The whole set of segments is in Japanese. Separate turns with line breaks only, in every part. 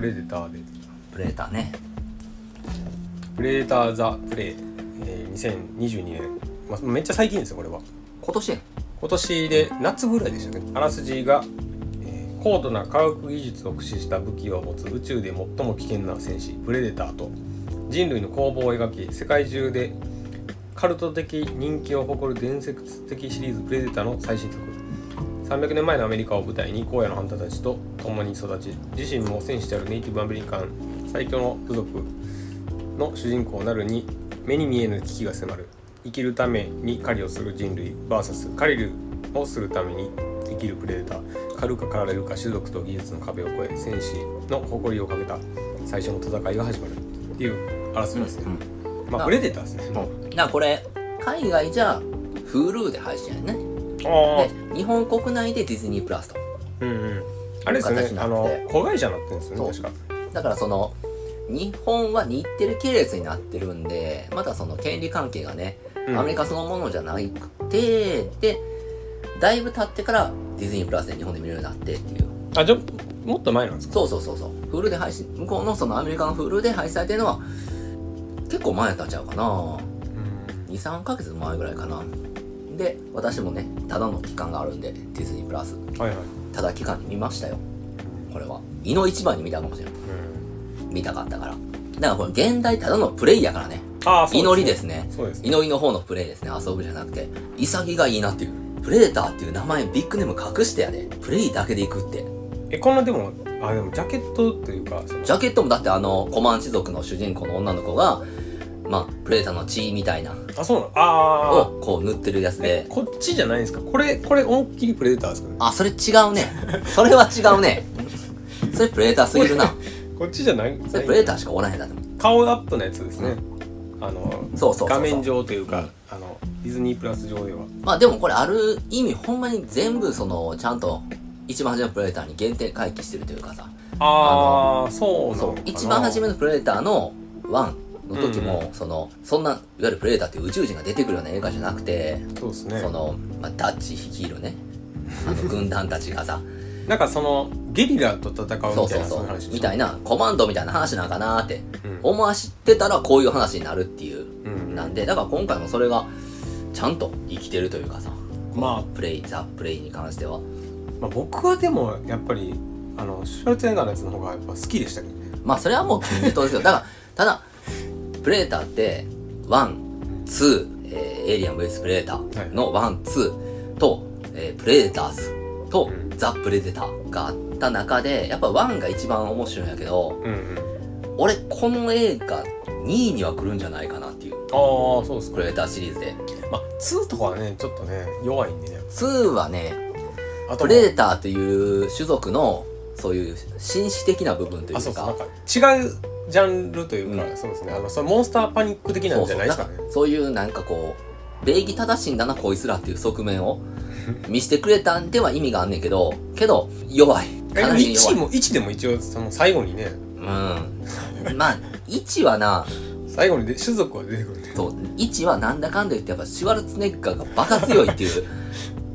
レデターで
プレーターね
プレデター・ザ・プレイ、えー2022年、まあ、めっちゃ最近ですよこれは
今年
今年で夏ぐらいでしたねあらすじが、えー高度な科学技術を駆使した武器を持つ宇宙で最も危険な戦士プレデターと人類の攻防を描き世界中でカルト的人気を誇る伝説的シリーズ「プレデター」の最新作300年前のアメリカを舞台に荒野のハンターたちと共に育ち自身も戦士であるネイティブアメリカン最強の部族の主人公なるに目に見えぬ危機が迫る生きるために狩りをする人類 VS 狩りをするために生きるプレデター狩るか狩られるか種族と技術の壁を越え戦士の誇りをかけた最初の戦いが始まるっていう争いですね、まあプレデターですね、
だからこれ海外じゃ Hulu で配信やね
ああ
で日本国内でディズニープラスと
うんうんあれです
形
よね
にな
あ
って
の子会社になってるんですよね確
そ
か
だからその日本は日テレ系列になってるんでまたその権利関係がね、
うん
アメリカそのものじゃなくてでだいぶ経ってからディズニープラスで日本で見れるようになってっていう
あじゃもっと前なんですか
そうそうそうそう Hulu で配信向こうのそのアメリカの Hulu で配信されてるのは結構前やったんちゃうかな23ヶ月前ぐらいかなで私もねただの期間があるんでディズニープラス
はいはい
ただ期間に見ましたよこれは胃の一番に見たかもしれない
うん
見たかったからだからこれ現代ただのプレイやからね
ああそう
祈りですね
そうですね
祈りの方のプレイですね遊ぶじゃなくて潔がいいなっていうプレデターっていう名前ビッグネーム隠してやでプレイだけでいくって
えこんなでもあでもジャケットというかその
ジャケットもだってあのコマンチ族の主人公の女の子がまあプレデターの血みたいな
あそうなのああ
をこう塗ってるやつ
え
で
こっちじゃないんですかこれこれ思いっきりプレデターですかね
あそれ違うねそれは違うねそれプレデターすぎるな
こっちじゃない
それプレデターしかおらへんだって
顔アップのやつですねあの
そうそうそうそう
画面上というかあのディズニープラス上では
まあでもこれある意味ほんまに全部そのちゃんと一番初めのプレデターに限定回帰してるというかさ
ああそうな
そ
の
う
かな
一番初めのプレデターの1の時も、そのそんないわゆるプレデターっていう宇宙人が出てくるような映画じゃなくて、
そうですね
その、まあ、ダッチ率いるねあの軍団たちがさ
なんかそのゲリラと 戦うみたいな
そうそうそ
の
う
話
みたい
な、
なコマンドみたいな話なんかなって
うん
思わしてたらこういう話になるっていう
うん
なんでだから今回もそれがちゃんと生きてるというかさ
まあ
プレイザ・プレイに関しては
まあ、僕はでもやっぱりあのシュワルツェネッガーのやつの方がやっぱ好きでしたけどね
まあそれはもう均等ですよ。だから、ただ、プレーターって、ワン、ツー、えーエイリアン VS プレーターのワン、ツーと、えープレデターズと、
うん
ザ・プレデターがあった中で、やっぱワンが一番面白いんやけど、
うんうん
俺、この映画2位には来るんじゃないかなっていう、
ああそうです
プレデターシリーズで。
まあ2とかはねちょっとね弱いんでね
ツーはね、
あと
プレデターという種族の、そういう紳士的な部分とい
あそううそうなんか
か、
違うジャンルというか、
うん
そうですねあのそのモンスターパニック的なんじゃないですか
そう
ね
そうそういうなんかこう礼儀正しいんだなこいつらっていう側 面を見せてくれたんでは意味があんねんけどけど弱い
え
かなり弱
1
い
も1でも一応その最後にね
うんまあ1はな
最後にで種族は出てくるんで
そう1はなんだかんだ言ってやっぱシュワルツェネッガーがバカ強いっていう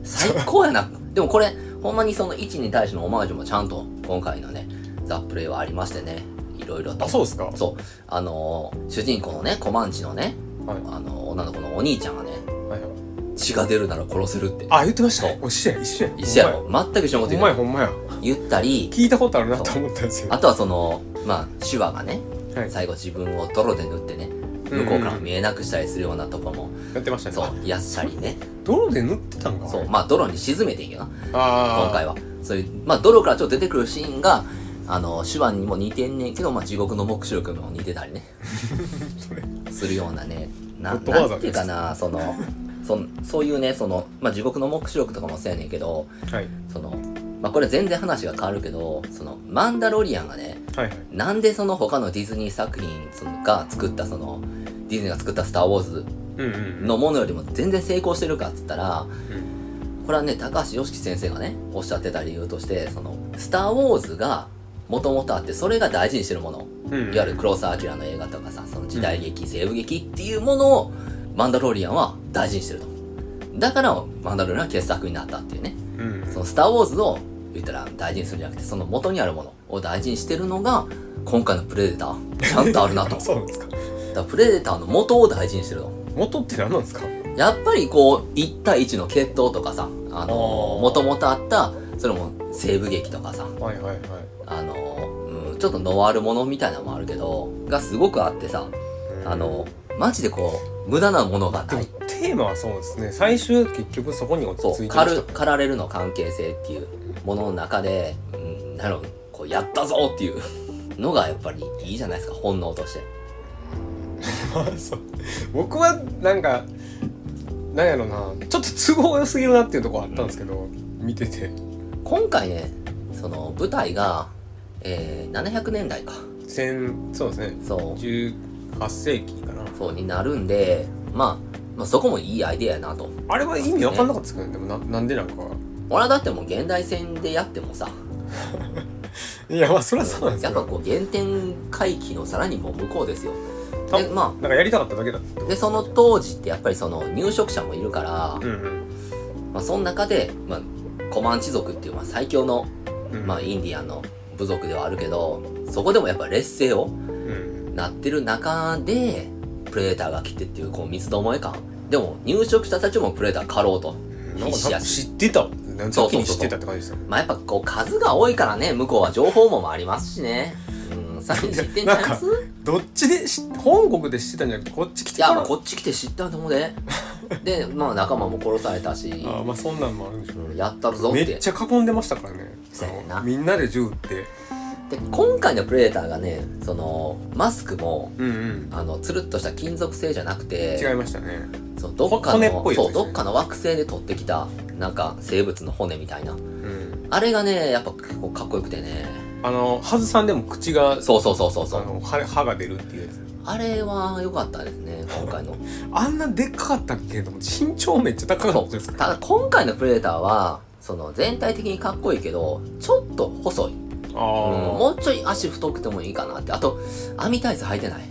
最高やなでもこれほんまにその1に対してのオマージュもちゃんと今回のねザ・プレイはありましてねいろいろと
あそうですか
そうあのー主人公のねコマンチのね
はい
あのー女の子のお兄ちゃんがね
はいはい
血が出るなら殺せるって
あ言ってました
そう
お一緒や一緒や
一緒やろ全く一緒の
ほ
こと
ん
言
ま
うな
やほんまやほんま
言ったり
や聞いたことあるなと思ったんですよ
あとはそのまあ手話がね、
はい
最後自分を泥で塗ってね向こうから見えなくしたりするようなとこも、
やってましたね
そうやったりね
泥で塗ってたんか
そう
あ
まあ泥に沈めていいよな
あー
今回はそういうまあ泥からちょっと出てくるシーンがあの手話にも似てんねんけど、まあ、地獄の黙示録にも似て たりねするようなねな
ゴッドファーザー
なんていうかなそのそんそういうねその、まあ、地獄の黙示録とかもそうやねんけど
はい
その、まあ、これ全然話が変わるけど、その、マンダロリアンがね、
はいはい
なんでその他のディズニー作品そのが作ったその、ディズニーが作ったスターウォーズ
うんうん
のものよりも全然成功してるかっつったら、
うん
これはね、高橋良樹先生がね、おっしゃってた理由として、その、スターウォーズが元々あって、それが大事にしてるもの。
うん
いわゆる黒沢明の映画とかさ、その時代劇、西部劇っていうものを、マンダロリアンは大事にしてると。だから、マンダロリアンは傑作になったっていうね。
うん
そのスター・ウォーズを言ったら大事にするんじゃなくてその元にあるものを大事にしてるのが今回のプレデターちゃんとある なとだか
そうなんですから
プレデターの元を大事にしてるの
元って何なんですか
やっぱりこう1対1の決闘とかさあの
あー
もともとあったそれも西部劇とかさ
はいはいはい
あの、うん、ちょっとノワールものみたいなのもあるけどがすごくあってさあのマジでこう無駄なものが
で
な
も
い
テーマはそうですね最終結局そこに落ち
そ
着
う
いてま
狩
し
る狩られるの関係性っていうものの中で、うん、なるほどこうやったぞっていうのがやっぱりいいじゃないですか本能として
たまあ そう僕はなんかなんやろなちょっと都合良すぎるなっていうところあったんですけど、見てて
今回ねその舞台が、えー700年代か
戦そうですね
そう
18世紀かな
そうになるんで、まあ、まあそこもいいアイデアやなと
あれは意味わかんなかったですけどねでもななんでなんか
俺はだってもう現代戦でやってもさ
いやまあそりゃそうなんです
や
け
っぱ
ど
こう原点回帰のさらにもう向こうですよ
た
でま
なんかやりたかっただけだって
あでその当時ってやっぱりその入植者もいるか
う
ら、
んうん
まあ、その中で、まあ、コマンチ族っていうまあ最強の、
うん
まあ、インディアンの部族ではあるけどそこでもやっぱ劣勢を
うん
なってる中でプレデターが来てっていうこう三つどもえ感でも入植者たちもプレデター狩ろうと
なん
必
か
死やし
知ってたなんか
そうそうそう
先に知ってたって感じでしたね
まあやっぱこう数が多いからね、向こうは情報網もありますしね。うん、さっき知ってんちゃいますい
どっちで知本国で知ってたんじゃなくてこっち来てか
や、ま
ら
あこっち来て知ったと思うで。で、まあ仲間も殺されたし、
ああまあそんなんもあるんでしょう
う
ね
んやったるぞっ
め
て。
っ
で、
ちゃ囲んでましたからね
そうやねんな
あのみんなで銃撃って
今回のプレデターがね、その、マスクも、
うんうん
あの、つるっとした金属製じゃなく
違い
て、
ましたね
そうどっか
骨っ
の、
ぽいやつ
そ
で
う、
すね
どっかの惑星で取ってきた、なんか生物の骨みたいな。
うん
あれがね、やっぱ結構かっこよくてね。
あのハズさんでも口が
そうそうそうそうそ
あ
う。
の歯歯が出るっていうやつ
あれは良かったですね、今回の。
あんなでっかかったっけと思って身長めっちゃ高か
そ
ったです
う
か
ただ今回のプレデターはその全体的にかっこいいけどちょっと細い、うん
らあ
もうちょい足太くてもいいかなってあと網タイツ履いてない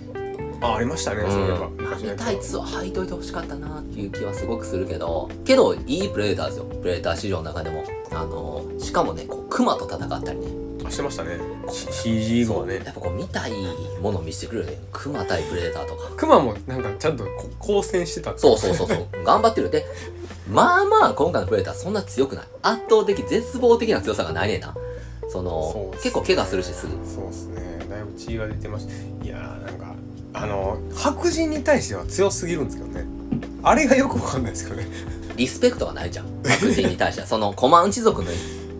ーあありましたねそういえば
うん
昔のや
網
つ
タイツは履いといてほしかったなっていう気はすごくするけどけどいいプレデターですよプレデター市場の中でもあのしかもねこうクマと戦ったりね
あしてましたね C- CG 後はね
やっぱこう見たいもの見せてくれるねクマ対プレデターとか
クマもなんかちゃんとこ光線してた
そうそうそうそう頑張ってるでまあまあ今回のプレデターそんな強くない圧倒的絶望的な強さがないねんなその
そうっすね
結構怪我するしすぐ
そうですねだいぶ血が出てましたいやーなんかあの白人に対しては強すぎるんですけどねあれがよくわかんないですけどね
リスペクトがないじゃん白人に対してはそのコマンチ族の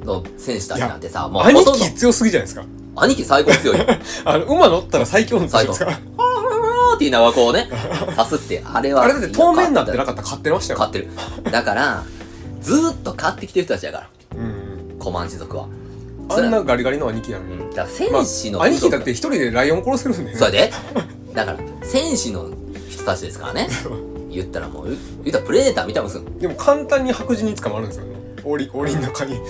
の戦士たちなんてさもう
兄
ほとんど
貴強すぎじゃないですか
兄貴最高強いよ
あの馬乗ったら最強なんじゃないですか
っていうのはこうね刺すってあれは
あれだって透明になってな
か
かったら勝ってましたよ
勝ってるだからずーっと勝ってきてる人たちやから
うん
コマンチ族は
あんなガリガリの兄貴やの
う
に、
んだから戦
ま
士の
あ、兄貴だって一人でライオン殺せるんでね
それでだから戦士の人たちですからね言ったらもう言ったらプレデターみたいなもんすん
でも簡単に白人に捕まるんですよね檻檻の中にや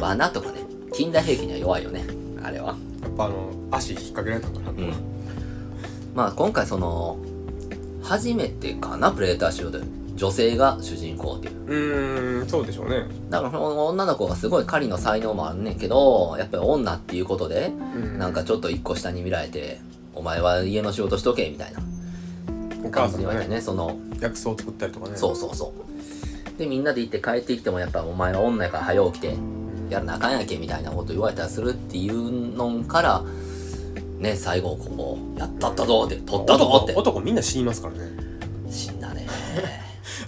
罠とかね近代兵器には弱いよねあれは
っぱあの足引っ掛けられたのかな、
うんまあ今回その初めてかなプレデター集で女性が主人公っていう
うーんそうでしょうね、
だからその女の子がすごい狩りの才能もあるねんけどやっぱり女っていうことで
うん、
なんかちょっと一個下に見られてお前は家の仕事しとけみたいな
お母
感じ
さ
に
ん
言わ
が
れて
ね
ねその
薬草を作ったりとかね
そうそうそう。で、みんなで行って帰ってきても、やっぱお前は女やから早起きて、やらなあかんやけみたいなこと言われたりするっていうのから、ね、最後、こう、やったったぞって、取ったぞって
男、男みんな死にますからね
死んだ ね。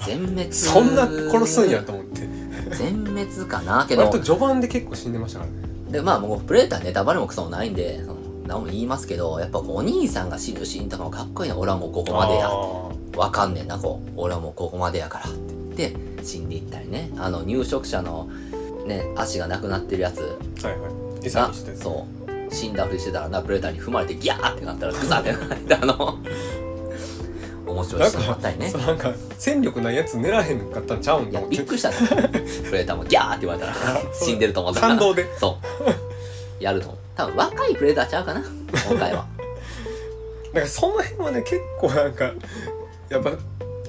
全滅。
そんな殺すんやと思って
全滅かなけ
割
ど
と、序盤で結構死んでましたからね
で、まあ、もう、プレーターネタバレもクソもないんで、その何も言いますけど、やっぱこうお兄さんが死ぬシーンとかもかっこいいな、俺はもうここまでや
あ。ー
わかんねえな、こう。俺はもうここまでやからって言って、死んでいったりね。あの、入植者の、ね、足がなくなってるやつ
はいはい餌
が、
にしてう
そう、死んだふりしてたらな、プレーターに踏まれてギャーってなったら、グザーってなって、あの、面白
ないん
シーンもあったり
か、
ね
そ。うなんか戦力ないやつ狙えへんかったんちゃうん
い
と
や
思っ
びってくりしたね。プレーターもギャーって言わ れたら、死んでると思ったから。
感動で
そう。やると思う。多分若いプレーターちゃうかな、今回は。
なんかその辺はね結構なんかやっぱ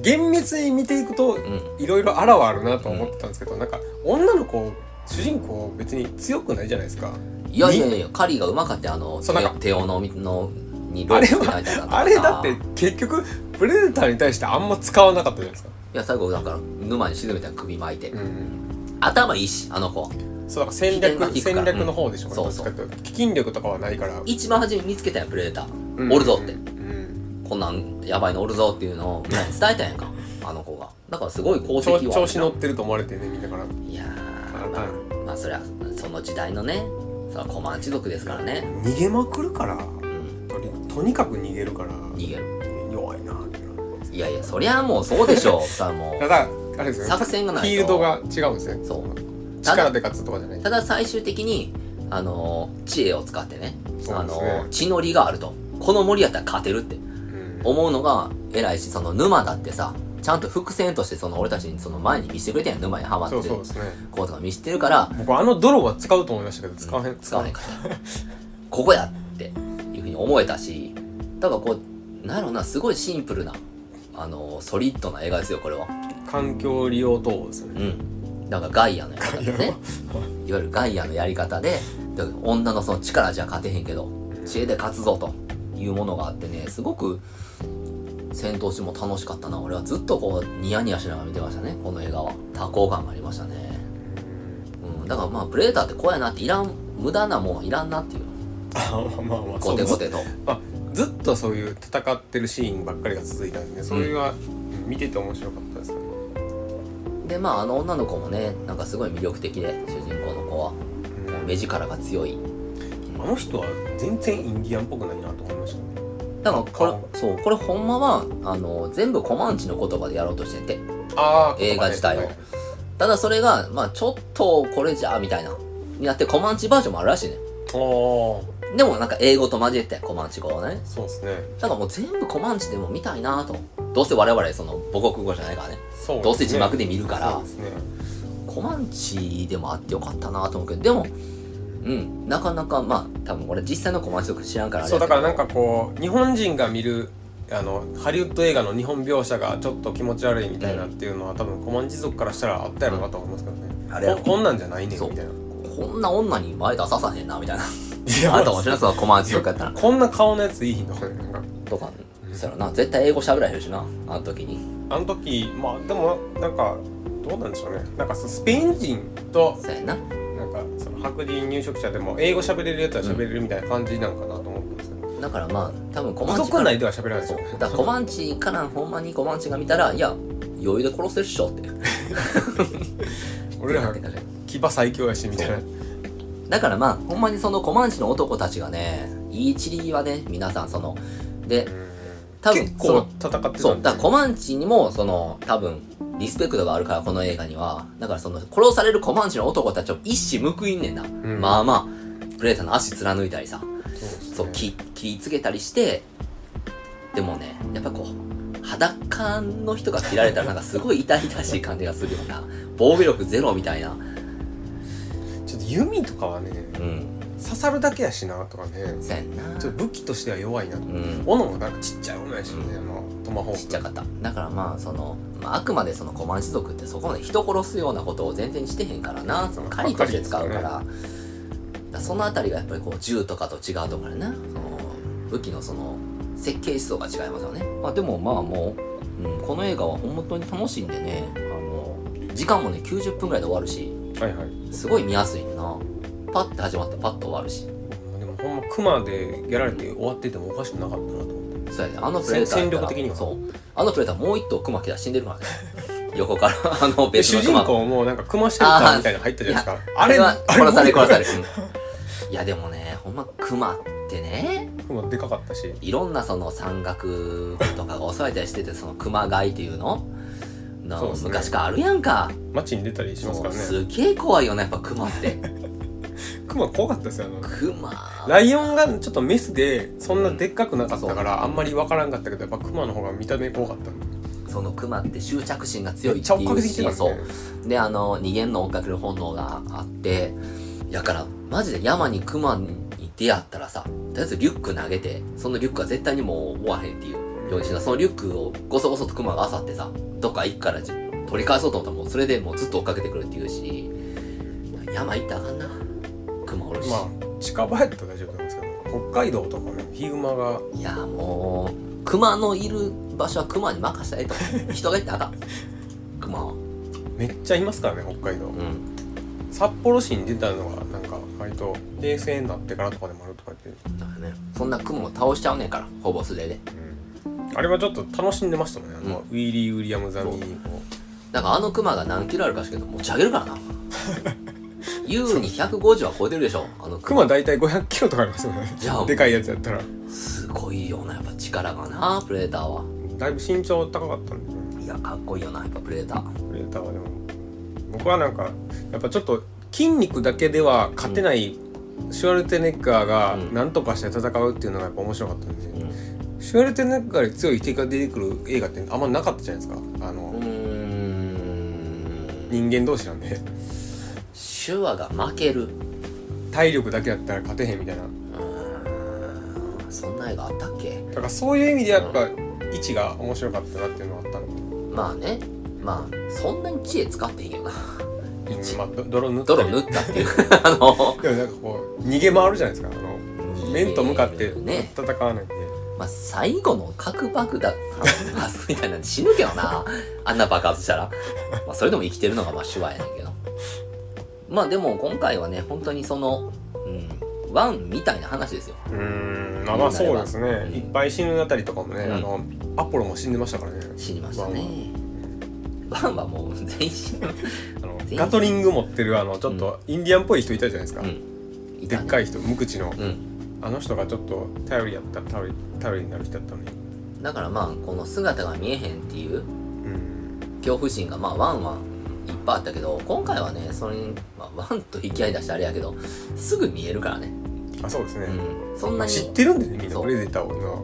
厳密に見ていくと
うん。
いろいろあらはあるなと思ってたんですけど、なんか女の子主人公別に強くないじゃないですか
いやいやいや、狩りがうまかって、あの、
そうなんか
手手をのみの、にロ
あ
ープ
れ
つけないと
はあれだって結局プレデターに対してあんま使わなかったじゃないですか
いや、最後、だから、沼に沈めたら首巻いて
う。ん
頭いいし、あの子。
そうだから戦
利権が
略
利くから
戦略の方でしょ、
うん
これ
そうそ
どっ
う
ちかっていうと基金力とかはないから、
一番初めに見つけたやん、プレデタ
う
ー。
ん
おるぞって
う。ん
こんなん、やばいのおるぞっていうのを、みんなに伝えたやんか。あの子が。だから、すごい功績
調
はあるな。
調子乗ってると思われてねみんなから
いやー、
うん
まあ、まあ、そりゃ、その時代のね、そらコマンチ族ですからね。
逃げまくるから
うん。
とりとにかく逃げるから
逃げる。
弱いなってなる
いやいや、そりゃもうそうでし ょう。さあも
ただあれですよね
作戦がないと
フィールドが違うんですね
う。そう。ただ
力で勝つとかじゃない
ただ最終的に、あのー知恵を使ってね、
そう
あ
です
の
ね
ー血のりがあると。この森やったら勝てるって
うん
思うのが偉いし、その沼だってさ、ちゃんと伏線としてその俺たちにその前に見せてくれてんやん、沼にハマって
そう
る
そうですね
コートが見せてるから、
僕あの泥は使うと思いましたけど使わへん
使わへんかった。ここやっていうふうに思えたし、だからこう、なんやろな、すごいシンプルな、あのーソリッドな映画ですよ、これは。
環境利用等ですよ
う
ね
ん。なんかガイアのやり方ですね。いわゆるガイアのやり方で、だから女のその力じゃ勝てへんけど、知恵で勝つぞというものがあってね、すごく戦闘中も楽しかったな。俺はずっとこう、ニヤニヤしながら見てましたね、この映画は。多幸感がありましたね。うん、だからまあ、プレデターって怖いなっていらん、無駄なもんいらんなっていう。
あまあまあまあそ
ゴ
う
テ
です
ゴテと。
あずっとそういう戦ってるシーンばっかりが続いたんですねそれは見てて面白かったですね
で、まあ、あの女の子もね、なんかすごい魅力的で、主人公の子は。
うん
目力が強い。
あの人は全然インディアンっぽくないなと思いましたね
だからこれ、そう、これほんまは、あの、全部コマンチの言葉でやろうとしてて。
ああ
映画自体をただそれが、まあちょっとこれじゃ、みたいな。になって、コマンチバージョンもあるらしいね。
お
でもなんか英語と交えて、コマンチ語をね。
そうですね
だからもう全部コマンチでも見たいなと。どうせ我々その母国語じゃないからね。
そうですね
どうせ字幕で見るから
そうですね
コマンチでもあってよかったなと思うけど、でも、うん、なかなかまあ多分俺実際のコマンチとか知らんからあれ
そう
や
だ
け
か
ど
らなんかこう日本人が見るあのハリウッド映画の日本描写がちょっと気持ち悪いみたいなっていうのは、多分コマンチ族からしたらあったやろうなと思いますけどね、
あれや
ここんなんじゃないねん
そう
みたいな
こんな女に前出ささへんな、みたいな。
い
あなた面白そう、コマンチとかやったら。
こんな顔のやついいの なんか
とか、そらな、絶対英語喋らへんしな、あの時に。
あの時まあでもなんかどうなんでしょうねなんかそうスペイン人と
そうやな。
なんかその白人入植者でも英語喋れるやつは喋れるみたいな感じなんかなと思ったんですけど、
だからまあ、多分コ
部
マンチか
族
ら
内では喋らないですよね
だからコマンチからほんまにコマンチが見たら、いや、余裕で殺せるっしょって。
俺ら牙最強やしみたいな
だからまあ、ほんまにそのコマンチの男たちがね、いいチリはね、皆さんその、で、多分
結構戦ってたんで
そう、だからコマンチにも、その、多分、リスペクトがあるから、この映画には。だからその、殺されるコマンチの男たちを一矢報いんねんな。
ん
まあまあ、プレーターの足貫いたりさ、そう、
き
切切りつけたりして、でもね、やっぱこう、裸の人が切られたらなんかすごい痛々しい感じがするような、防御力ゼロみたいな。
ちょっと弓とかはね
うん。
刺さるだけやしなとかね
せやんな。
ちょっと武器としては弱いなと
うん。
斧もなんかちっちゃい斧やしね、あのトマホーク
ちっちゃかった。だからまあ、その、まあ、あくまでそのコマン氏族ってそこまで人殺すようなことを前提にしてへんからな。その狩りとして使うから。だからそのあたりがやっぱりこう、銃とかと違うところな。その、武器のその、設計思想が違いますよね。まあでもまあもう、うん、この映画は本当に楽しいんでね、あの、時間もね、90分ぐらいで終わるし、
はいはい
すごい見やすいな。パッて始まってパッと終わるし。
でもほんま熊でやられて終わっててもおかしくなかったなと思って
そうやね。あのプレーターやった
戦
ら。
力的には
そう。あのプレーターもう一頭クマ来たら死んでるからね。 横から、あの、
で
別
主
のク
人
マ。
公もなんか熊シェルターみたいなの入ったじゃないですかあれ
は殺され
もう
殺され。うんいやでもね、ほんまクマってね、
熊でかかったし
いろんなその山岳とかが襲われたりしてて、そのクマ害っていうのの
そうですね
昔からあるやんか。
街に出たりしますから
もう
ね
すげえ怖いよね、やっぱクマって。
熊怖かったですよあの
クマ。
ライオンがちょっとメスでそんなでっかくなかったからあんまり分からんかったけどやっぱ熊の方が見た目怖かった
そのクマって執着心が強
め
い
っ
っ
ちゃ
て
追っ
い
かけ
う
てきて
し、
たんです
そう
ね。
であの逃げんのを追っかける本能があってやからマジで山にクマに出会ったらさとりあえずリュック投げてそのリュックは絶対にもう追わへんっていうようにしなそのリュックをゴソゴソとクマが漁ってさどっか行くからじ取り返そうと思ったらもうそれでもうずっと追っかけてくるっていうし山行ったらあかんな熊おるし、
まあ近場やったら大丈夫なんですけど北海道とかねヒグマが
いやもう熊のいる場所は熊に任せたいと人が行ったらあかん熊は
めっちゃいますからね北海道
うん
札幌市に出たのがなんか割と平成になってからとかでもあるとか言って、
だからねそんな雲を倒しちゃうねんからほぼ素手で
うん、あれはちょっと楽しんでましたもんねあの、
う
ウィーリー・ウィリアムザミーを
だからあの熊が何キロあるかしけど持ち上げるからな優に150は超えてるでしょあの
ク
熊
マ大体500キロとかありますよね
じゃあ
でかいやつやったら
すごいよなやっぱ力がなプレデターは
だいぶ身長高かったんでね
いやかっこいいよなやっぱプレデター
プレーターはでも僕はなんかやっぱちょっと筋肉だけでは勝てない、シュワルテネッガーが
うん
何とかして戦うっていうのがやっぱ面白かったんで、シュワルテネッガーより強い敵が出てくる映画ってあんまなかったじゃないですかあの、
うーん
人間同士なんで
手話が負けるう
体力だけやったら勝てへんみたいな
ーんそんな絵があったっけ
だからそういう意味でやっぱ位置が面白かったなっていうのはあったんで、
まあねまあそんなに知恵使っていいけどな
うんまあ、ど泥塗ったり
泥塗ったっていうあの
でもなんかこう逃げ回るじゃないですかあの面と向かって
ね
戦わないんで、
まあ最後の核爆弾発みたいなんで死ぬけど なあんな爆発したら、まあ、それでも生きてるのがまあ手話やねんけどまあでも今回はね本当にそのうんワンみたいな話ですよ
うーんまあまあそうですね、
うん
いっぱい死ぬあたりとかもね、
うん
あのアポロも死んでましたからね
死にましたねワンはもう全員死ぬ
あの
全員
ガトリング持ってるあのちょっとインディアンっぽい人いたじゃないですか、
うんい
で
たね
っかい人無口の
うん
あの人がちょっと頼りやった頼り頼りになる人だったのに
だからまあこの姿が見えへんっていう
うん
恐怖心がまあワンワンいっぱいあったけど今回はねそれに、まあ、ワンと引き合い出してあれやけどすぐ見えるからね、
あそうですね、
うん、そんなに
知ってるんだよねみんな
そう
プレデターを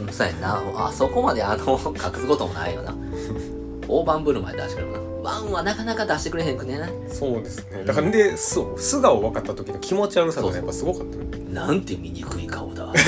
うん、そうやんな。あそこまであの、 隠すこともないよな。大盤振る舞い出してくれるな。ワンはなかなか出してくれへんくねな。
今そうですねだからでそう素顔分かった時の気持ち悪さがやっぱすごかったね
なんて醜い顔だ。って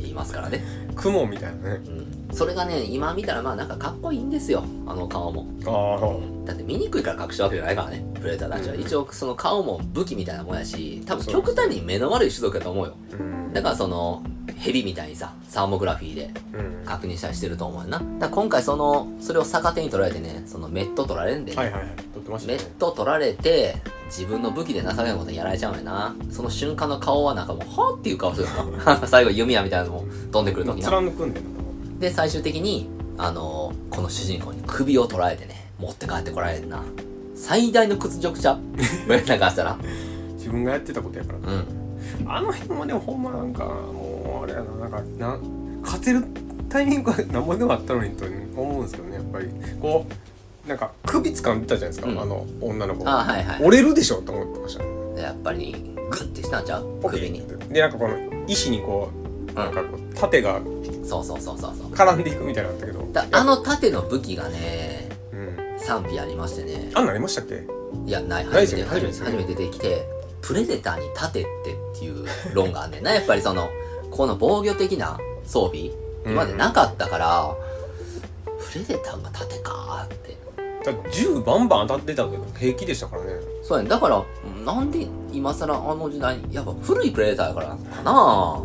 言いますからね。
雲みたいなね
うん。それがね、今見たらまあなんかかっこいいんですよ。あの顔も。
ああ
だって醜いから隠したわけじゃないからね。プレデターたちは。
うん
一応その顔も武器みたいなもんやし、多分
そう
極端に目の悪い種族やと思うよ。
うん
だからその、蛇みたいにさ、サーモグラフィーで
うんは
確認したりしてると思うよな。だから今回その、それを逆手に取られてね、そのメット取られんで、
いはいはい撮ってました
メ
ね
ット取られて、自分の武器で情けないことやられちゃうんやな。その瞬間の顔はなんかもう、はぁっていう顔するよな。 最後弓矢みたいなのも飛んでくる
ま
と
あ
きな。
貫くんだよな
で、最終的に、あのーこの主人公に首を取られてね、持って帰ってこられるな。最大の屈辱者俺なんかしたら。
自分がやってたことやから
うん。
あの辺もねほんまなんかもうあれやななんかな勝てるタイミングが何ぼでもあったのにと思うんですけどねやっぱりこうなんか首掴んでたじゃないですか、
うん
あの女の子
あはいはい
折れるでしょと思ってましたね。
でやっぱり、グッてしたんちゃう
ポキッ
首に。
でなんかこの石にこうなんかこう盾が
そうそうそうそうそう。
絡んでいくみたいなのあったけど
だあの盾の武器がね、
うん、
賛否ありましてね。
あんなんありましたっけ
いやない
ないです
初
よね
めて初めて
初
初
め
めて出てきてプレデターに立てってっていう論があんねんな やっぱりそのこの防御的な装備今までなかったから、プレデターが盾かーって
だから銃バンバン当たってたけど平気でしたからね
そうやねだからなんで今更あの時代にやっぱ古いプレデターやからかな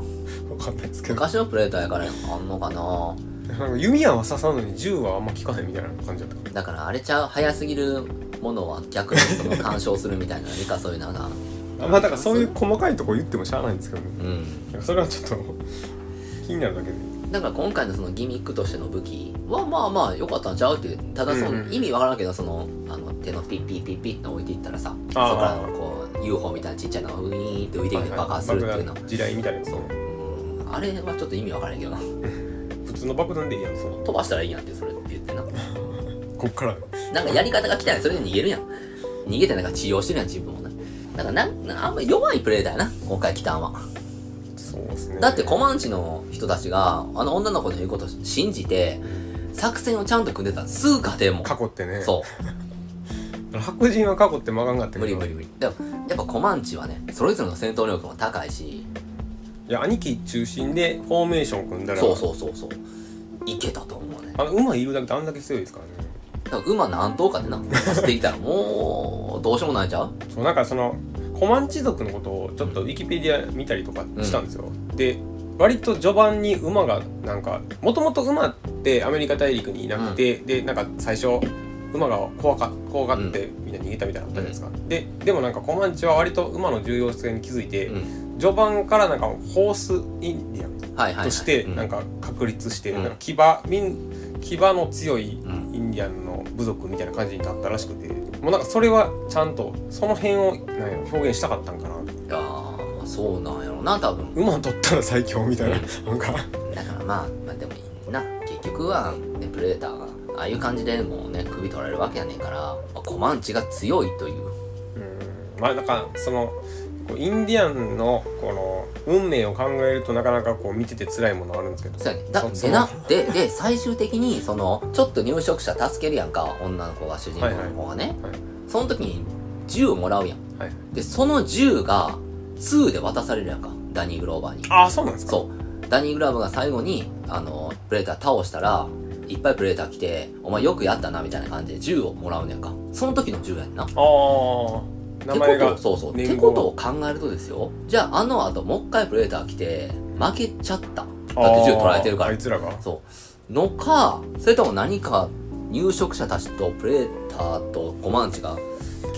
分かんないですけど
昔のプレデターやからあんのかな
なんか弓矢は刺さんのに銃はあんま効かないみたいな感じだったから
だからあれちゃう早すぎるものは逆にその干渉するみたいな理かそういうのが
あまあだからそういう細かいとこ言ってもしゃあないんですけどね
うん
なんかそれはちょっと気になるだけで
だから今回のそのギミックとしての武器はまあまあ良かったんちゃうっていうただそ
うんう
の
ん
意味わからんけどそのあの手のピッピッピッピッって置いていったらさそこ
あー
からこう UFO みたいなちっちゃいのがウィーンって浮いてきて爆発するっていうの
爆弾地雷みたいなやつを
うんあれはちょっと意味わからんけどな
普通の爆弾でいいやんそう
飛ばしたらいいやんってそれって言ってな
こっから
なんかやり方が来たらそれで逃げるやん逃げてなんか治療してるやん自分をななんかなんなんあんま弱いプレイだよな今回来たんは
そうですね
だってコマンチの人たちがあの女の子の言うことを信じて作戦をちゃんと組んでたらすぐ勝てんもん
過去ってね
そう
白人は過去って曲がんかったけど
無理無理無理でもやっぱコマンチはねそれぞれの戦闘力も高い
い
し
や兄貴中心でフォーメーション組んだら
そうそうそうそういけたと思うね
あの馬いるだけであんだけ強いですからね
だから馬何頭かでな走ってきたらもうどうしようもないんちゃう
そうなんかそのコマンチ族のことをちょっとウィキペディア見たりとかしたんですよ、で割と序盤に馬がなんかもともと馬ってアメリカ大陸にいなくて、でなんか最初馬が怖か怖がってみんな逃げたみたいなのあったじゃないですか、ででもなんかコマンチは割と馬の重要性に気づいて、
うん
序盤からなんかホースインディアン
はいはい、はい、
として
うん
なんか確立して、
うん
なんか牙民牙の強い
ん
インディアンの部族みたいな感じになったらしくてもうなんかそれはちゃんとその辺をなんやろ表現したかったんかない
やーまあそうなんやろな多分
馬取ったら最強みたいななんか
だからまあまあでもいいな結局は、ね、プレデターがああいう感じでもうね首取られるわけやねんから、まあ、コマンチが強いという
うんまあなんかそのこうインディアンのこの運命を考えるとなかなかこう見てて辛いものあるんですけど
そうやねだ
そそ
でなでで最終的にそのちょっと入植者助けるやんか女の子が主人公の子がね、
はい
その時に銃をもらうやん
はい、
でその銃が2で渡されるやんかダニー・グローバーに
ああそうなんですか
そうダニー・グラブが最後にあのプレーター倒したらいっぱいプレーター来て「お前よくやったな」みたいな感じで銃をもらうねんかその時の銃やんな
ああ名前
てことを
が
そうそうっ
年
て
号
ことを考えるとですよじゃああの後もう一回プレーター来て負けちゃっただって銃取られてるか
あーあ
ら
いつらが
そうのかそれとも何か入植者たちとプレーターとコマンチが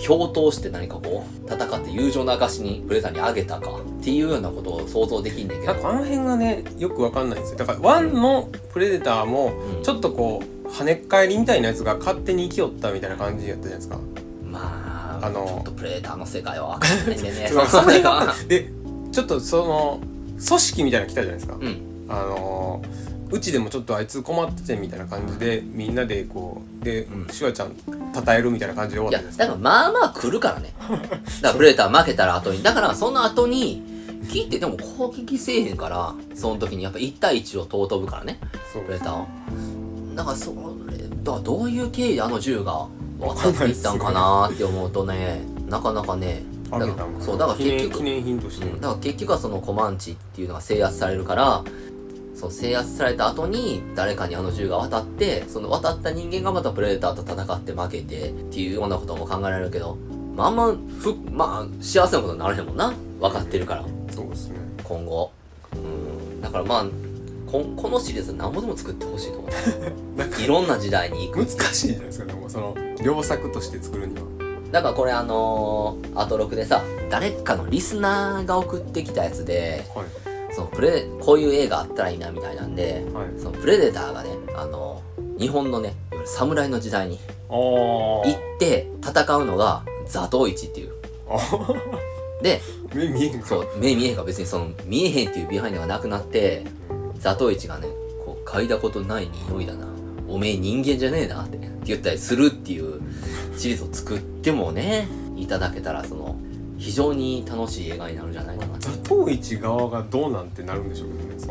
共闘して何かこう戦って友情の証しにプレーターにあげたかっていうようなことを想像できんねんけ
な
ど
んかあの辺がねよくわかんないんですよだからワンのプレデターも
うん
ちょっとこう跳ねっ返りみたいなやつが勝手に生きよったみたいな感じやったじゃないですか
まあ、
あの
ちょっとプレーターの世界は分かんないんでね、
ちょっと
そ
そ
れ
れ
が
が。でちょっとその組織みたいなの来たじゃないですか、
うん。
あのうちでもちょっとあいつ困っててみたいな感じでみんなでこうで、
うん
シュワちゃん称えるみたいな感じで終わ
い
ったじゃ
や、
ないです
だからまあまあ来るからね。 だからプレーター負けたら後に。だからその後に、切ってでも攻撃せえへんから、その時にやっぱ1対1を尊ぶからね、
かそう
プレーターを。だからそれ、だからどういう経緯であの銃が渡っていったんかなーって思うとね、なかなかね、だ
あ
か
げたん
ら
か
そう、だから
記
結
念
局
記、念品として、
うん、だから結局はそのコマンチっていうのが制圧されるからそう制圧された後に誰かにあの銃が渡ってその渡った人間がまたプレデターと戦って負けてっていうようなことも考えられるけど、まああんまふまあ幸せなことにならへんもんな分かってるから
そうですね
今後うんだからまあここのシリーズ何本でも作ってほしいと思ういろんな時代に行
難
く
しいじゃないですかでもその良作として作るには
だからこれあのー、アトロクでさ誰かのリスナーが送ってきたやつで
はい
そのプレこういう映画あったらいいなみたいなんで
はい
そのプレデターがねあの日本のねいわゆる侍の時代に
あ
行って戦うのが座頭市っていう
ああ
で
目見えんか
そう目見えへんから別にその見えへんっていうビハインドがなくなって座頭市がねこう嗅いだことない匂いだなおめえ人間じゃねえなってって言ったりするっていうシリーズを作ってもねいただけたらその非常に楽しい映画になるんじゃないかな
座頭市側がどうなんてなるんでしょうけどねそ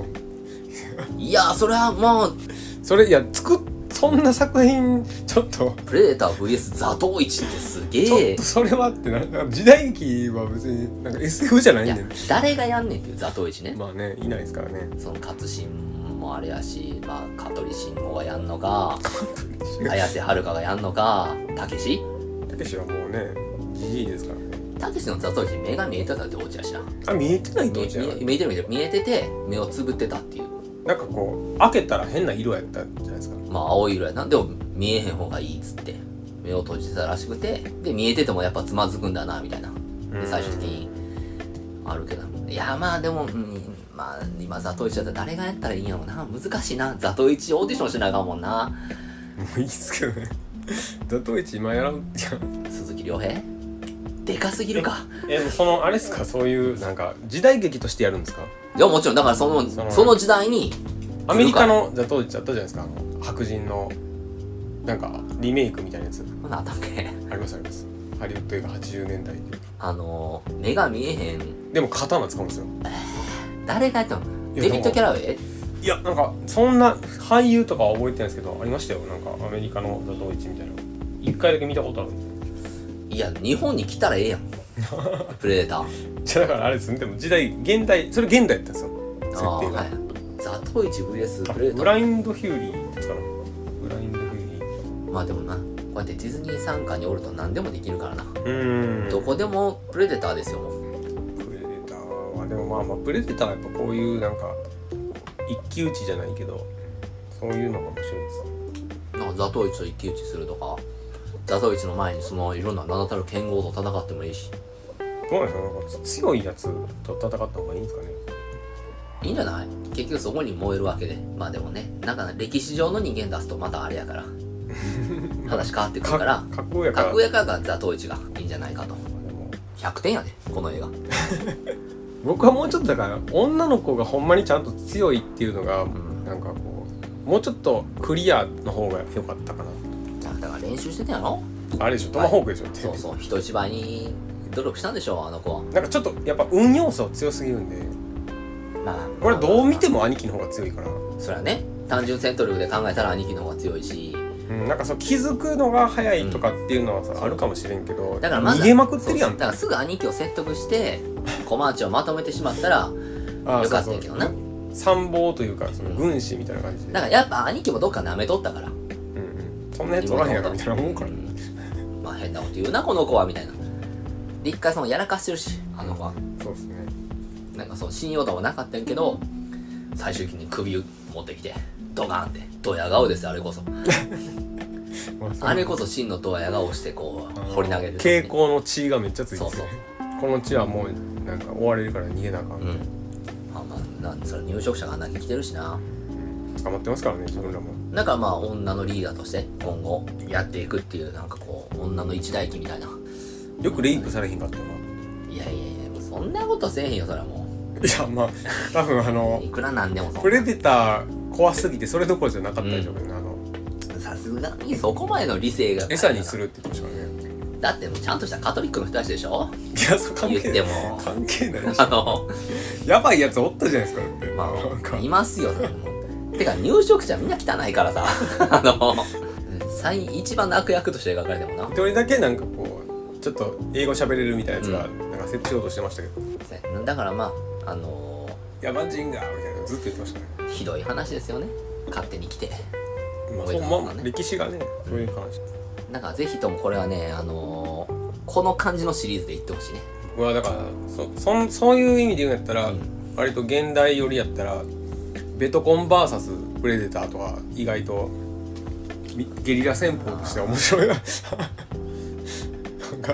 の
いやーそれはもう
それいや作っそんな作品ちょっと
プレデター VS 座頭市ってすげえ
ちょっとそれはってななんか時代劇は別になんか SF じゃない
い
ん
や
でね
誰がやんねんっていう座頭市ね、
まあねいないですからね
その勝新もあれやし、まあ、香取慎吾がやんのか綾瀬はるかがやんのかたけした
けしはもうねじじいですからね
たけしの座頭市目が見えてたってオチやしな
あ見えてない
見
と
え
じゃ
見えてる見えてる見えてて目をつぶってたっていう
なんかこう開けたら変な色やったじゃないですか
まあ青い色やなでも見えへん方がいいっつって目を閉じてたらしくてで見えててもやっぱつまずくんだなみたいなで最終的にあるけどいやまあでも、うん、まあ今座頭市だったら誰がやったらいいんやろうな難しいな座頭市オーディションしなあかんもんな
もういいっすけどね 座頭市今やらんじゃん
鈴木亮平でかすぎるか
えでもそのあれっすかそういうなんか時代劇としてやるんですか
いやもちろんだからその
そ
そ
の
の時代に
アメリカの座頭市あったじゃないですかあの白人のなんかリメイクみたいなやつ
こんなんあったっけ
ありますありますハリウッド映画80年代で
あのー目が見えへん
でも刀使うんですよ
誰がやっても
いや
デビッ
で
ド・
も
キャラウェイ
いやなんかそんな俳優とかは覚えてないですけどありましたよなんかアメリカの座頭市みたいな一回だけ見たことある
いや日本に来たらええやんプレデター
じゃあだからあれですねでも時代現代それ現代やったんですよ設
あー
定が、
はいザトウイチ VS プレデタ
ブ
ー
ラインドヒューリーですかなブラインドヒューリー
まあでもなうやってディズニー傘下におると何でもできるからな、
うん
どこでもプレデターですよもう
プレデターはでもまあまあプレデターはやっぱこういうなんか一騎打ちじゃないけどそういうのが面白いですね
なんかザトウイチと一騎打ちするとかザトウイチの前にそのいろんな名だたる剣豪と戦ってもいいし
どうなんですかなんか強いやつと戦った方がいいんですかね
いいんじゃない結局そこに燃えるわけでまあでもねなんか歴史上の人間出すとまたあれやから話変わってくるから
か格好やから
格上からがザトウイチがいいんじゃないかと
まあでも
100点やでこの映画
僕はもうちょっとだから女の子がほんまにちゃんと強いっていうのが、
ん
なんかこうもうちょっとクリアの方が良かったかな
だから練習してたんやろ
あれでしょトマホークでしょ、手で
そうそう人一倍に努力したんでしょうあの子は
なんかちょっとやっぱ運要素強すぎるんで
まあ
これどう見て
も
も兄貴の方が強いから、う
そりゃね単純戦闘力で考えたら兄貴の方が強いし
ん、なんかそう気づくのが早いとかっていうのはさ、あるかもしれんけど
だからまず
逃げまくってるやん
そうだからすぐ兄貴を説得してコマーチをまとめてしまったら
ああ
よかったんやけどな
そうそう参謀というかその軍師みたいな感じで、
だからやっぱ兄貴もどっか舐めとったから
うんうん、そんなやつおらへんやろみたいなもんから、
うんまあ変なこと言うなこの子はみたいなで一回そのやらかしてるしあの子は
そうですね
なんかその信用度はなかったんやけど最終的に首を持ってきてドカーンってドヤ顔ですよあれこそ
まあそう
あれこそ真のドヤ顔してこう掘り投げて
蛍光の血がめっちゃついて
そう
る
そう
この血はもうなんか追われるから逃げなあかん、
うんまあまあなんそれ入植者があんだけ来てるしな
捕まってますからね自分らも
だからまあ女のリーダーとして今後やっていくっていうなんかこう女の一大機みたいな
よくレイプされへんかったよない
やいやいやそんなことせえへんよそれはも
いやまあ 多分あの
ういくらなんでもそ
プ
ん
レデター怖すぎてそれどころじゃなかったでしょうけどね、あの
なさすがにそこまでの理性が
餌にするって言ってましたからね
だってもうちゃんとしたカトリックの人たちで しょ
いやそう関
言っ
係
て
ない
も
関係ないでし
あの
ょやばいやつおったじゃないですかだって、
ま
なんか
あいますよそれもてか入植者みんな汚いからさ あの最一番の悪役として描かれてもな
一人だけなんかこうちょっと英語喋れるみたいなやつが、
う
なんか設置しようとしてましたけど
だからまああの
「野蛮人が」みたいなのずっと言ってましたね、
ひどい話ですよね勝手に来て
まあ、
覚えてますかね
ほんま歴史がねそういう話、
なんかぜひともこれはねあのーこの感じのシリーズでいってほしいね
まあだからそそんそういう意味で言うんやったら、
うん
割と現代寄りやったらベトコン VS プレデターとは意外とみゲリラ戦法として面白いななんか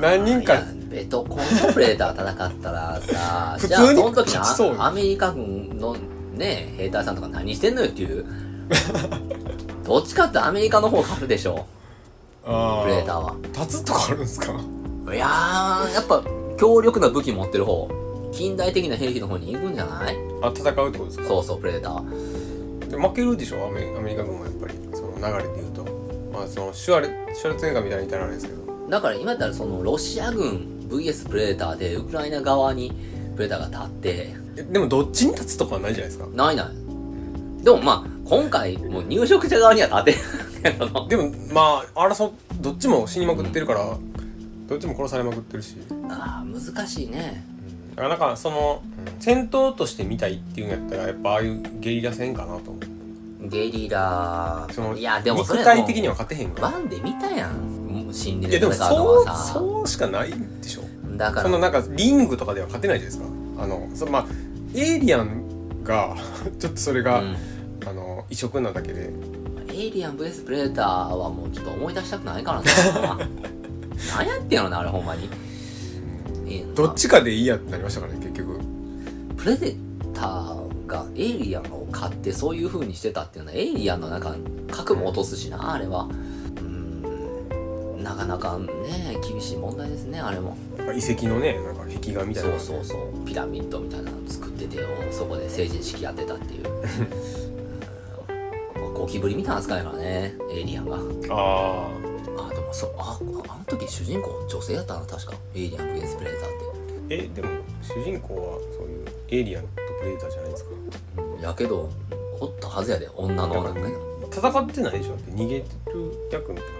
何人
い
か
やベトコンとプレデター戦ったらさ
普
じゃあ
通に
その時
勝ちそうよ
アアメリカ軍のね兵隊さんとか何してんのよっていう どっちかってアメリカの方があるでしょ
あ
プレデタ
ー
ーは
立つとかあるんですか
いやーやっぱ強力な武器持ってる方近代的な兵器の方に行くんじゃない
あ戦うってことですか
そうそうプレデターは
で負けるでしょアメアメリカ軍はやっぱりその流れで言うとまあそのシュワレシュワルツェネッガーみたいなのいたらあれですけど
だから今やったらそのロシア軍 VS プレデターでウクライナ側にプレデターが立って
えでもどっちに立つとかはないじゃないですか
ないない。でもまあ、今回、もう入植者側には立てないけどな
でもまあ争っどっちも死にまくってるから、どっちも殺されまくってるし、
ああ、難しいね。
だからなんかその、戦闘として見たいっていうんやったらやっぱああいうゲリラ戦かなと思う
ゲリラ
その
いや、でもそれ
肉
は
体
も
的には
う、
勝てへんか
ワ
ら
ンで見たやん。もう心理
いやで
で
も
戦うの
そう
はさ。
そうしかないでしょ
だか
その
ら、
なんかリングとかでは勝てないじゃないですかあのそまあエイリアンが ちょっとそれが、
うん
あの異色なだけで
エイリアン VS プレデターはもうちょっと思い出したくない からな。何やってんのな、あれほんまに。ええな
どっちかでいいやってなりましたからね結局
プレデターがエイリアンを買ってそういう風にしてたっていうのはエイリアンの中核も落とすしなあれはうーんなかなかね厳しい問題ですねあれも
遺跡のねなんか壁画みたいな
そうそうそうピラミッドみたいなの作っててそこで成人式やって たっていううんまあゴキブリみたいな扱いだからねエイリアンが
ああ
あでもそうあああの時主人公女性やったな確かエイリアン VS プレデターって
えでも主人公はそういうエイリアンとプレデターじゃないですか
やけどおったはずやで女のなんかね
戦ってないでしょだって逃げてる役みたいな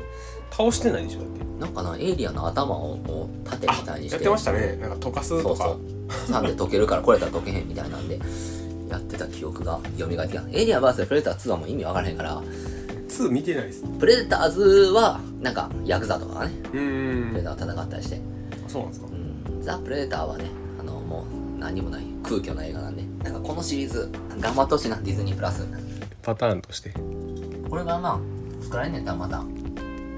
倒してないでしょだって
なんかな、エイリアンの頭をこう盾みたいにして。
やってましたねなんか溶かす
そ
と
うそ
か
う。なんで溶けるからこれたら溶けへんみたいなんで、やってた記憶が蘇ってきた。エイリアン VS プレデター2はもう意味わからへんから、
2見てないです
プレデターズはなんかヤクザとかがね
う
プレデ
ん
ターを戦ったりして、
そうなんですか
うん、ザ・プレデターはねあのもう何もない空虚な映画なんでなんかこのシリーズ頑張ってほしいなディズニープラス
パターンとして
これがまあ作られんねやったらまた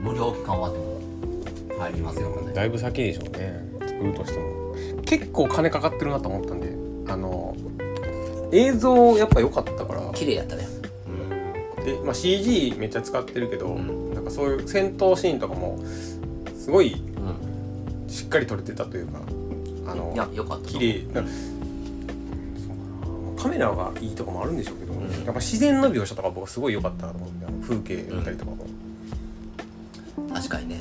無料期間終わっても入りますよこれ
だいぶ先でしょうね作るとしても結構金かかってるなと思ったんであの映像やっぱ良かったから
綺麗やったね
で、まあ、CG めっちゃ使ってるけど、
うん
なんかそういう戦闘シーンとかもすごい
うん、
しっかり撮れてたというかあ
う
の
ん、いやよかった
綺麗なカメラがいいとかもあるんでしょうけど、やっぱ自然の描写とか僕はすごい良かったなと思ってあの風景見たりとかも、
確かにね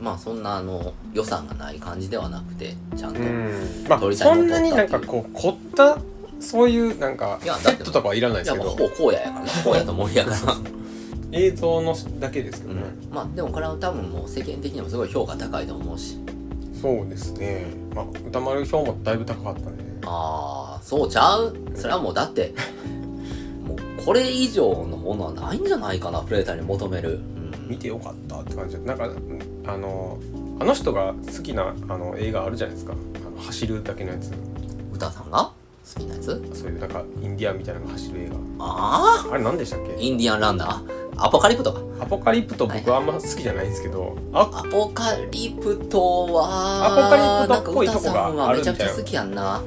まあそんなあの予算がない感じではなくてちゃんと、
まあ
撮りたい
そ
もの
んなになんかこう凝ったそういうなんか
いやだって
セットとかはいらない
い
です
や
け
もう
ど
ほぼ荒野やか らな荒野と森やから
映像のだけですけどね、
うん、まあでもこれは多分もう世間的にもすごい評価高いと思うし
そうですね、まあ、歌丸表もだいぶ高かったんでね
ああそうちゃうそれはもうだってもうこれ以上のものはないんじゃないかなプレーターに求める、うん
見てよかったって感じでなんかうんあのあの人が好きなあの映画あるじゃないですかあの走るだけのやつ
歌さんが好きなやつ
そういうなんかインディアンみたいなのが走る映
ああ
画あれ何でしたっけ
インディアンランナーアポカリプトか
アポカリプト僕あんま好きじゃないんですけど、あ
アポカリプト
ア
は
ポカリプトっぽいとこが
なんか歌さんはめちゃくちゃ好きやんな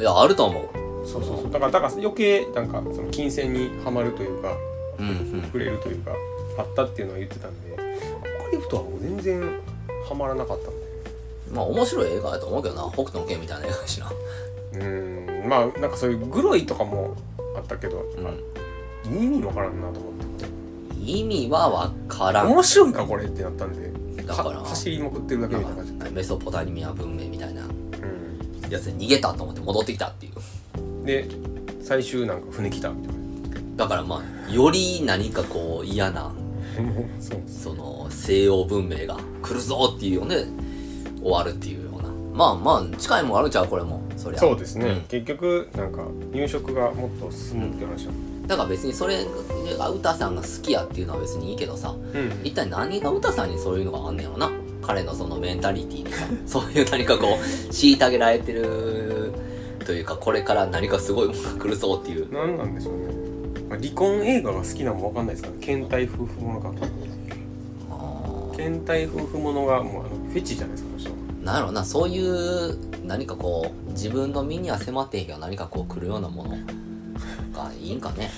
いやあると思う
そうそうそうだからだから余計なんかその金銭にはまるというか
うんうん
触れるというかあったっていうのは言ってたんでアポカリプトはもう全然はまらなかったんで
まあ面白い映画やと思うけどな北斗の拳みたいな映画やしな
うーんまあなんかそういうグロいとかもあったけど、意味わからんなと思って
意味はわからん
面白いかこれってなったんで
だから
は走りまくってるだけ
なん
みた
か
いな感じ、
メソポタミア文明みたいな
う、
やつで逃げたと思って戻ってきたっていうん
で最終なんか船来たみたい
だからまあより何かこう嫌な
なもうそう
その西洋文明が来るぞっていうので終わるっていうようなまあまあ近いもんあるんちゃうこれもそりゃ
そうですね、
うん
結局なんか入植がもっと進むって話は、
だから別にそれが歌さんが好きやっていうのは別にいいけどさ
うん
一体何が歌さんにそういうのがあんねやろな彼のそのメンタリティにさそういう何かこう虐げられてるというかこれから何かすごいものが来るぞっていう
何なんでしょうね、まあ、離婚映画が好きなのもわかんないですから倦怠夫婦ものか
あー
倦怠夫婦ものがもうあのフェチじゃないですかこの人は
なんやろなそういう何かこう自分の身には迫ってへんけど何かこう来るようなものがいいんかね